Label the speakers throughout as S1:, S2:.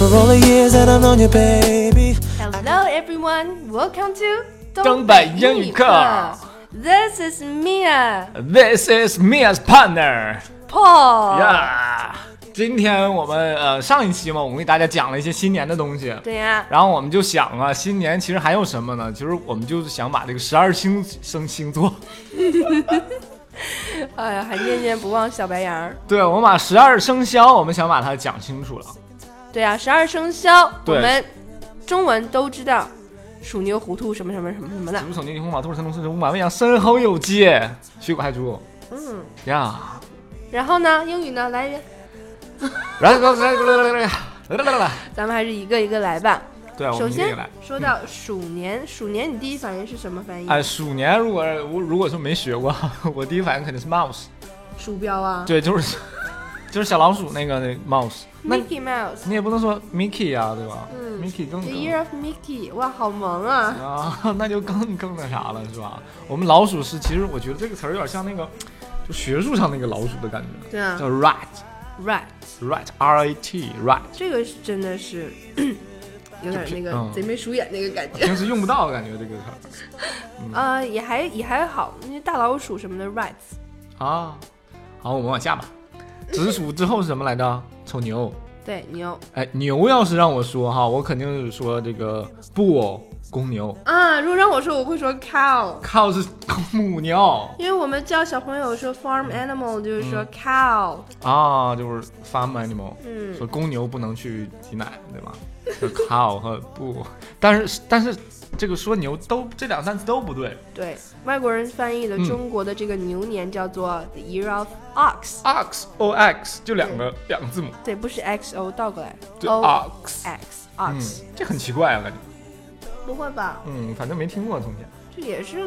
S1: years that I've known you, baby.
S2: Hello everyone, welcome to
S3: 东北英语课
S2: This is Mia
S3: This is Mia's partner.
S2: Paul.
S3: Yeah. 今天我们呃上一期嘛，我们给大家讲了一些新年的东西。
S2: 对呀、
S3: 然后我们就想啊，新年其实还有什么呢？其实我们就是想把这个十二星星星座，
S2: 哎呀，还念念不忘小白羊儿。
S3: 对我们把十二生肖，我们想把它讲清楚了。
S2: 对呀、十二生肖我
S3: 对
S2: 们中文都知道，鼠牛虎兔什么什么什么什么的
S3: 子。不丑牛寅虎马兔神龙蛇虎马未羊申猴酉鸡戌狗亥猪。
S2: 嗯，
S3: 呀，
S2: 然后呢，英语呢，来，
S3: 来来来来来来来来，
S2: 咱们还是一个一个来吧。
S3: 对，我
S2: 首
S3: 们这
S2: 先
S3: 个来。
S2: 说到鼠年，鼠年你第一反应是什么反应？
S3: 哎，鼠年如果我如果说没学过，我第一反应肯定是 mouse。
S2: 鼠标啊
S3: 对，就是 就是小老鼠那个那个 mouse，那
S2: ，Mickey Mouse。
S3: 你也不能说 Mickey 呀、对吧？
S2: 嗯
S3: m i c k e y 更
S2: The
S3: 更
S2: Year of Mickey，哇，好萌啊！
S3: 啊， 那就更更那啥了，是吧？我们老鼠是，其实我觉得这个词儿有点像那个，就学术上那个老鼠的感觉，
S2: 对啊
S3: 叫 rat
S2: ，Rat，
S3: rat r a t rat，
S2: 这个是真的是 有点那个
S3: 嗯
S2: 贼眉鼠眼那个感觉。
S3: 平时用不到，感觉这个词嗯
S2: 啊，也还也还好，那些大老鼠什么的，rats，
S3: 儿啊。好，我们往下吧。子鼠之后是什么来着？丑牛。
S2: 对牛
S3: 哎，牛要是让我说哈，我肯定是说这个布偶公牛
S2: 啊。如果让我说，我会说 cow，
S3: ，cow 是母牛。
S2: 因为我们教小朋友说 farm animal 就是
S3: 嗯
S2: 说 cow，
S3: 啊，就是 farm animal，
S2: 嗯
S3: 说公牛不能去挤奶，对吧？ 就是 cow 和不，但是但是这个说牛都这两个单词都不对
S2: 对，外国人翻译的
S3: 嗯
S2: 中国的这个牛年叫做 the year of ox，
S3: ，ox o x 就两
S2: 嗯
S3: 个两个字母，
S2: 对，不是 x o 倒过来
S3: 就
S2: ，o
S3: ox，
S2: x
S3: 嗯
S2: 哦 ox，，
S3: 这很奇怪啊，感觉，
S2: 不会吧？
S3: 嗯，反正没听过从前。
S2: 这也是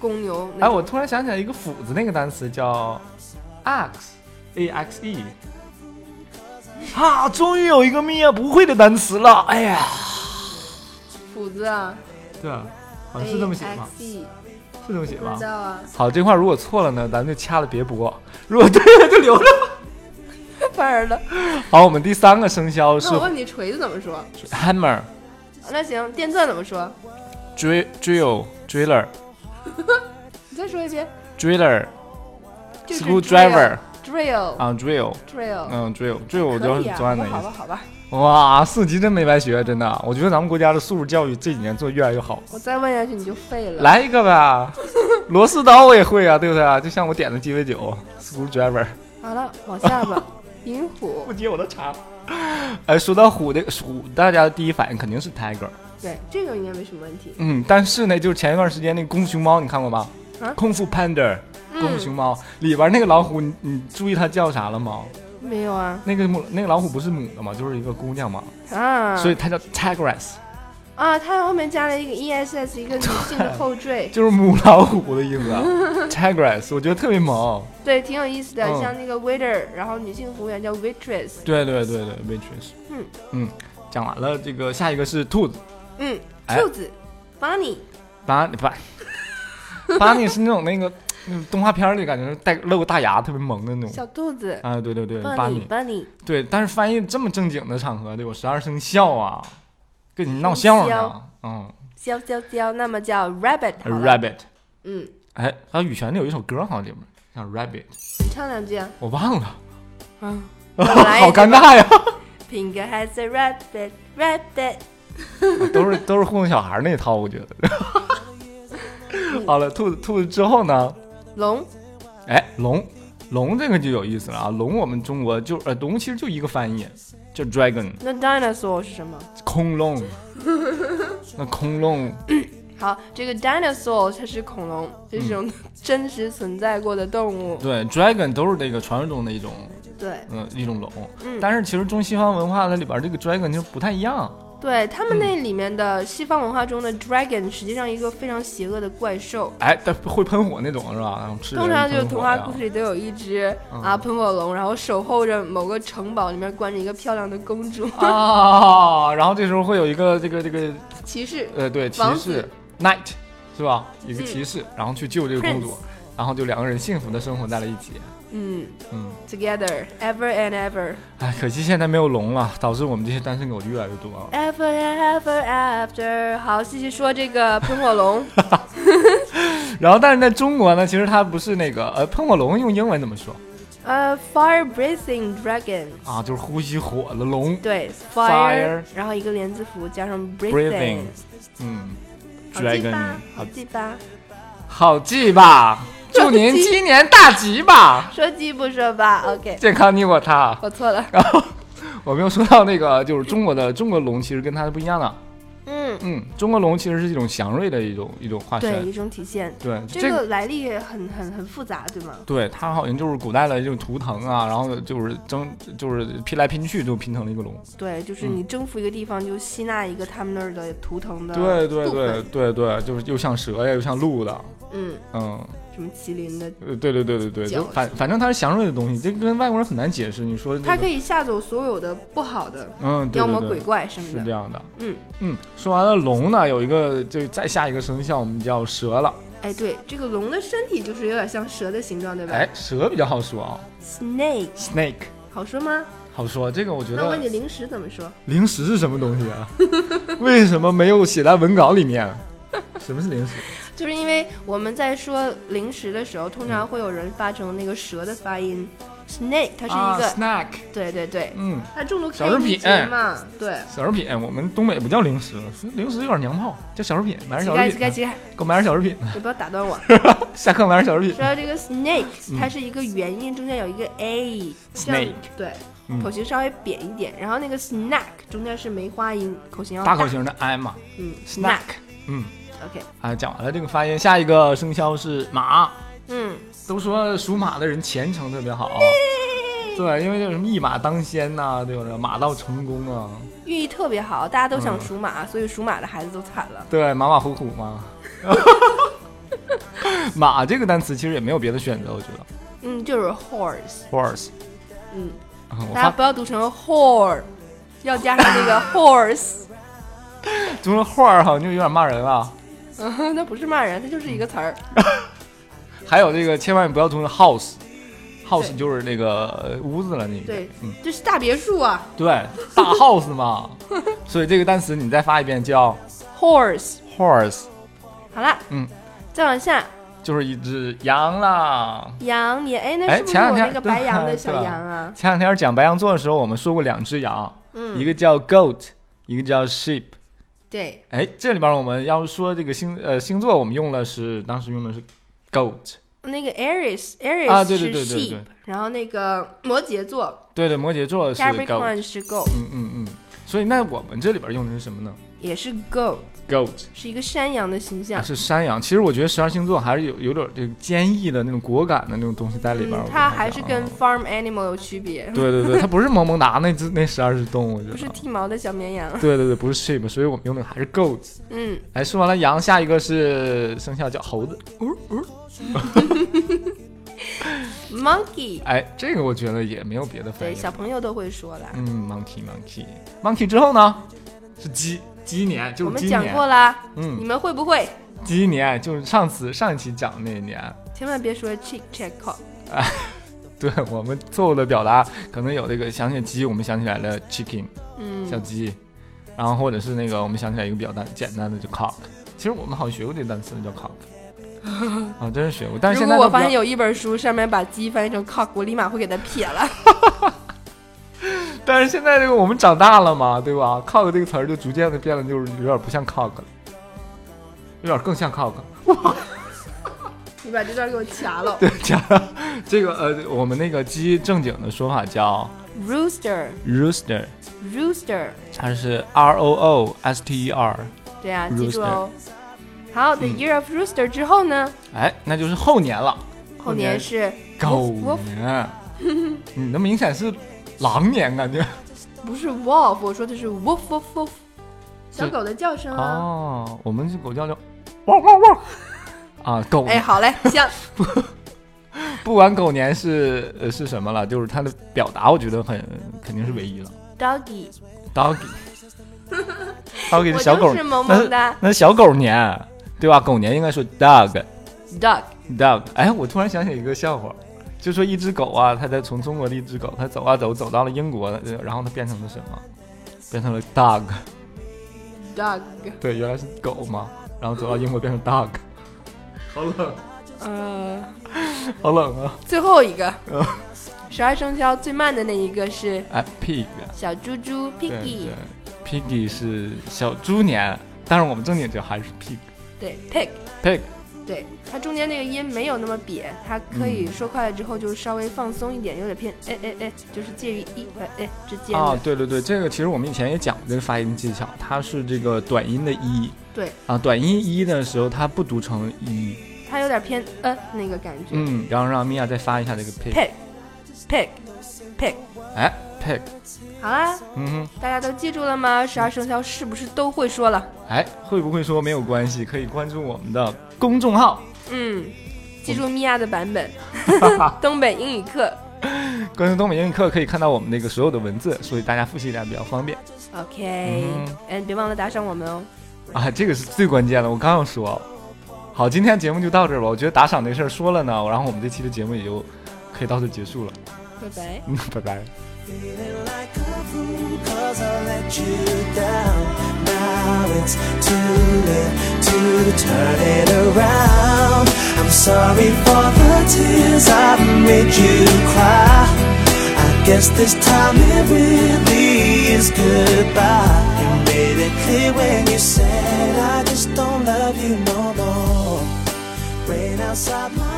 S2: 公牛那
S3: 哎，
S2: 种，
S3: 我突然想起来一个斧子那个单词叫 ax，a x e。啊，终于有一个蜜娅不会的单词了！哎呀，
S2: 斧子啊，
S3: 对啊，好像是这么写吗？
S2: AXE
S3: 是这么写
S2: 不
S3: 吗？
S2: 知道啊，
S3: 好，这块如果错了呢，咱们就掐了别播；如果对了就留着。
S2: 啊 反而了。
S3: 好，我们第三个生肖是
S2: 那我问你，锤子怎么说？
S3: hammer、
S2: 那行，电钻怎么说？
S3: drill、drill、driller、
S2: 你再说一遍。
S3: driller、
S2: 就是
S3: screwdriver
S2: drill
S3: 啊，drill，
S2: drill，
S3: 嗯，drill、drill，我
S2: 可
S3: 就是
S2: 以啊，
S3: 钻的意
S2: 好
S3: 思。
S2: 吧好吧。
S3: 哇，四级真没白学，真的。我觉得咱们国家的素质教育这几年做得越来越好。
S2: 我再问下去你就废了。，
S3: 来一 个吧，螺丝刀我也会啊，对不对啊？就像我点的鸡尾酒，screwdriver。
S2: 好了，往下吧。银虎
S3: 不，接我的茬。哎，说到虎的虎，大家第一反应肯定是 tiger。
S2: 对，这个应该没什么问题。
S3: 嗯，但是呢，就是前一段时间那个《功夫熊猫》，你看过吗？
S2: 啊嗯
S3: 功夫 Panda》《功夫熊猫》里边那个老虎，你你注意它叫啥了吗？
S2: 没有啊
S3: 那个母那个老虎不是母的嘛，就是一个姑娘嘛，
S2: 啊，
S3: 所以它叫 Tigress，
S2: 啊，它后面加了一个 e s s，一个女性的后缀，
S3: 就是母老虎的意 思啊。Tigress，我觉得特别萌。
S2: 对，挺有意思的。
S3: 嗯
S2: 像那个 waiter，然后女性服务员叫 waitress。
S3: 对对对对 w i t c h e s
S2: 嗯
S3: 嗯，讲完了这个，下一个是兔子，
S2: 嗯，
S3: 哎
S2: 兔子，bunny，
S3: 巴巴巴尼是那种那个那种动画片里感觉带露个大牙特别萌的那种。
S2: 小兔子
S3: 啊，对对对，巴尼。
S2: ，bunny，bunny，
S3: 对，但是翻译这么正经的场合，得有十二生肖啊，跟你闹笑呢。嗯
S2: 娇娇娇，那么叫 rabbit，好了
S3: ，Rabbit，
S2: 嗯，
S3: 哎，还有羽泉里有一首歌，好像里面叫 Rabbit，
S2: 你唱两句啊。
S3: 我忘了，
S2: 嗯，来
S3: 好尴尬呀，
S2: Pink has a rabbit, rabbit。
S3: 都是都是糊弄小孩那套，我觉得。好了，兔子兔子之后呢？
S2: 龙，
S3: 哎，龙，龙这个就有意思了啊！龙我们中国就呃，龙其实就一个翻译，叫 dragon，
S2: 那 dinosaur 是什么？
S3: 空龙。那空龙
S2: 好，这个 dinosaur 它是恐龙，这是
S3: 嗯
S2: 种真实存在过的动物。
S3: 对 dragon 都是这个传说中的一种
S2: 对
S3: 嗯，一种龙。
S2: 嗯
S3: 但是其实中西方文化的里边儿这个 dragon 就不太一样。
S2: 对，他们那里面的西方文化中的 dragon 实际上一个非常邪恶的怪兽，
S3: 哎，但会喷火那种是吧？然后吃人
S2: 通常就
S3: 喷
S2: 是
S3: 火
S2: 童话
S3: 呀
S2: 故事里都有一只
S3: 嗯
S2: 啊喷火龙，然后守候着某个城堡，里面关着一个漂亮的公主
S3: 啊。然后这时候会有一个这个这个
S2: 骑士。
S3: 呃，对，骑
S2: 王
S3: 士
S2: 子
S3: knight 是吧？一个
S2: 嗯
S3: 骑士，然后去救这个公主。然后就两个人幸福的生活在了一起。
S2: 嗯
S3: 嗯，
S2: ，together ever and ever
S3: 哎，可惜现在没有龙了，导致我们这些单身狗就越来越多了。
S2: ever and ever after。好，继续说这 个喷火龙，
S3: 然后，但是在中国呢，其实它不是那个呃，喷火龙用英文怎么说
S2: 呃，fire breathing dragon。
S3: 啊？就是呼吸火的龙。
S2: 对
S3: Fire
S2: 然后一个连字符加上
S3: breathing
S2: breathing，
S3: 嗯
S2: 好记
S3: ，dragon，
S2: 吧，好记吧，
S3: 好 记吧？祝您今年大吉吧，
S2: 说记不说吧？OK，
S3: 健康你我他。
S2: 我错了，
S3: 然后我们又说到那个，就是中国的中国龙其实跟它是不一样的。
S2: 嗯，
S3: 嗯，中国龙其实是一种祥瑞的一种一种化
S2: 对，
S3: 身。
S2: 一种体现。
S3: 对，
S2: 这个来历也很很很复杂，对吗？
S3: 对它好像就是古代的这种图腾啊，然后就是争就是拼来拼去就拼成了一个龙。
S2: 对，就是
S3: 嗯
S2: 你征服一个地方，就吸纳一个他们那儿的图腾的
S3: 对对
S2: 部
S3: 对
S2: 分，
S3: 对对，就是又像蛇呀，又像鹿的。
S2: 嗯，
S3: 嗯，
S2: 什么麒麟的，
S3: 呃对对对对对，
S2: 角
S3: 就反反正它是祥瑞的东西，这跟外国人很难解释。你说这个
S2: 它可以吓走所有的不好的
S3: 嗯，对
S2: 妖魔
S3: 对
S2: 鬼
S3: 对，
S2: 怪什
S3: 是
S2: 么
S3: 这
S2: 的。
S3: 样的。
S2: 嗯
S3: 嗯，说完了龙呢，有一个就再下一个生肖，我们叫蛇了。
S2: 哎，对，这个龙的身体就是有点像蛇的形状，对吧
S3: 哎，蛇比较好说啊
S2: ？Snake，
S3: ，snake
S2: 好说吗？
S3: 好说。这个我觉
S2: 那问
S3: 得
S2: 你零食怎么说？
S3: 零食是什么东西啊？ 为什么没有写在文稿里面？什么是零食？
S2: 就是因为我们在说零食的时候，通常会有人发成那个蛇的发音，snake，它是一个，
S3: 啊 snack，
S2: 对对对，
S3: 嗯，
S2: 啊它中毒
S3: 小食品哎
S2: 嘛，对。
S3: 小食品。我们东北不叫零食，零食有点娘炮，叫小食品。买点
S2: 乞
S3: 小
S2: 丐乞
S3: 食
S2: 丐
S3: 品，
S2: 乞丐，
S3: 给我买点小食品，
S2: 你不要打断我。
S3: 下课买点小食品。
S2: 说到这个 snake，它是一个元音，中间有一个 a，这样
S3: 嗯 Snake
S2: 对
S3: 嗯，
S2: 口型稍微扁一点。然后那个 snack 中间是梅花音，口型要
S3: 大口，型的 i 嘛
S2: 嗯
S3: ，snack。嗯，
S2: ，OK，
S3: 啊，讲完了这个发音，下一个生肖是马。
S2: 嗯，
S3: 都说属马的人前程特别 好，对，因为叫什么一马当先呐、对不对？马到成功啊，
S2: 寓意特别好，大家都
S3: 嗯
S2: 想属马，所以属马的孩子都惨了。
S3: 对，马马虎虎嘛。 马这个单词其实也没有别的选择，我觉得。
S2: 嗯，就是 horse，
S3: horse，
S2: 嗯，
S3: 嗯我
S2: 大家
S3: 发
S2: 不要读成 whore，要加上那 个 horse。
S3: 读成 whore 好像就有点骂人啊了。
S2: 嗯哼， 那不是骂人，它就是一个词儿。
S3: 嗯还有这个，千万不要读成 house，house
S2: 对
S3: 就是那个呃屋子了，那个。
S2: 对
S3: 嗯，
S2: 这是大别墅啊
S3: 对，大 house 嘛。所以这个单词你再发一遍叫
S2: ，horse。
S3: horse，
S2: 好了，
S3: 嗯，
S2: 再往下，
S3: 就是一只羊啦。
S2: 羊也哎，那
S3: 哎
S2: 是不是
S3: 前两
S2: 我
S3: 天
S2: 那个
S3: 对
S2: 白羊
S3: 对
S2: 的小
S3: 吧
S2: 羊啊？
S3: 前两天讲白羊座的时候，我们说过两只羊，一
S2: 嗯，
S3: 个叫 goat，一个叫 sheep。
S2: 对，
S3: 哎，这里边我们要说这个星呃星座，我们用的是当时用的是 goat。
S2: 那个 Aries Aries
S3: 啊对对对
S2: 是
S3: 对
S2: sheep，
S3: 对
S2: 然后那个摩羯座
S3: 对对，摩羯座是 goat。
S2: Capricorn 是 goat，
S3: 嗯嗯嗯。所以那我们这里边用的是什么呢
S2: 也是 goat，
S3: ？goat
S2: 是一个山羊的形象。
S3: 是山羊。其实我觉得十二星座还是有有点这个坚毅的那种果敢的那种东西在里边。
S2: 嗯
S3: 我，觉得
S2: 它还是跟
S3: 啊
S2: farm animal 有区别，
S3: 对对对，它不是萌萌哒那只那十二只动物，我觉
S2: 不是
S3: 得。
S2: 剃毛的小绵羊。
S3: 对对对，不是 sheep，所以我们用的还是 goat。
S2: 嗯，
S3: 哎，说完了羊，下一个是生肖叫猴子。
S2: monkey，
S3: 哎，这个我觉得也没有别的翻
S2: 对，
S3: 译。
S2: 小朋友都会说啦。
S3: 嗯，monkey monkey monkey 之后呢，是鸡鸡年，
S2: 我
S3: 就是
S2: 们
S3: 鸡
S2: 讲过
S3: 年。
S2: 啦，你
S3: 嗯，
S2: 们会不会？
S3: 鸡年就是上次上一期讲的那一年。
S2: 千万别说 chick check cock。
S3: 对我们错误的表达，可能有这个想起鸡，我们想起来了 chicken
S2: 嗯
S3: 小，鸡，然后或者是那个我们想起来一个比较单简单的就 cock。其实我们好像学过这单词叫 cock，啊， 真是学过。但是
S2: 如果
S3: 现在
S2: 我
S3: 都不
S2: 发
S3: 知
S2: 现
S3: 道
S2: 有一本书上面把鸡翻译成 cock，我立马会给它撇了。
S3: 但是现在这个我们长大了嘛，对吧？cock 这个词儿就逐渐的变得就是有点不像 cock 了，有点更像 cock。
S2: 你把这段给我掐了。
S3: 对， 讲这个呃，我们那个鸡正经的说法叫
S2: Rooster
S3: rooster，
S2: rooster，
S3: 它是 R O O S T E R。
S2: 对啊，记住哦。好，The
S3: 嗯
S2: Year of Rooster 之后呢，
S3: 哎，那就是后年了，
S2: 后年是
S3: 狗
S2: wolf- wolf-
S3: 年。你那明显是狼年感觉。
S2: 不是 wolf，我说的是 woof woof woof，小狗的叫声啊。
S3: 哦，我们这狗叫叫汪汪汪。啊，狗
S2: 哎，好嘞，行，
S3: 不管狗年是呃是什么了，就是它的表达，我觉得很肯定是唯一了。
S2: doggy，
S3: Doggy，Doggy
S2: 我
S3: 是小狗
S2: 就，是萌
S3: 那
S2: 萌
S3: 是
S2: 哒
S3: 那是小狗年，对吧？狗年应该说 dog。
S2: ，dog，
S3: dog。哎，我突然想起一个笑话，就说一只狗啊，它在从中国的一只狗，它走啊走，走到了英国，呃然后它变成了什么？变成了 dog。
S2: dog，
S3: 对，原来是狗嘛，然后走到英国变成 dog。好冷，
S2: 呃，
S3: 好冷 啊！
S2: 最后一个
S3: 嗯，
S2: 十二生肖最慢的那一个是
S3: 哎，pig，
S2: 小猪猪
S3: 对
S2: piggy，
S3: 对，piggy 是小猪年，但是我们正经就还是 pig。
S2: 对 pig，
S3: pig，
S2: 对，它中间那个音没有那么瘪，它可以说快了之后就稍微放松一点，有点偏哎哎哎，就是介于一和哎之间
S3: 啊
S2: 的，，
S3: 对对对，这个其实我们以前也讲过这个发音技巧，它是这个短音的一
S2: 对，
S3: 啊，短音一的时候它不读成一，
S2: 它有点偏呃那个感觉。
S3: 嗯，然后让米娅再发一下这个 pig，
S2: pig pig pig，
S3: 哎，pig，
S2: 好啦，
S3: 嗯哼，
S2: 大家都记住了吗？十二生肖是不是都会说了？
S3: 哎，会不会说没有关系，可以关注我们的公众 号，
S2: 嗯，记住米娅的版本，东北英语课。
S3: 关注东北英语课可以看到我们那个所有的文字，所以大家复习一下比较方便
S2: OK，
S3: 嗯
S2: 嗯，别忘了打赏我们哦。
S3: 啊，这个是最关键的，我刚要说，好，今天节目就到这儿吧，我觉得打赏这事儿说了呢，然后我们这期的节目也就可以到这儿结束了，
S2: 拜拜。
S3: 嗯，拜拜。
S1: Feeling like a fool cause I let you down. Now it's too late to turn it around. I'm sorry for the tears I've made you cry. I guess this time it really is goodbye. You made it clear when you said I just don't love you no more. Rain outside my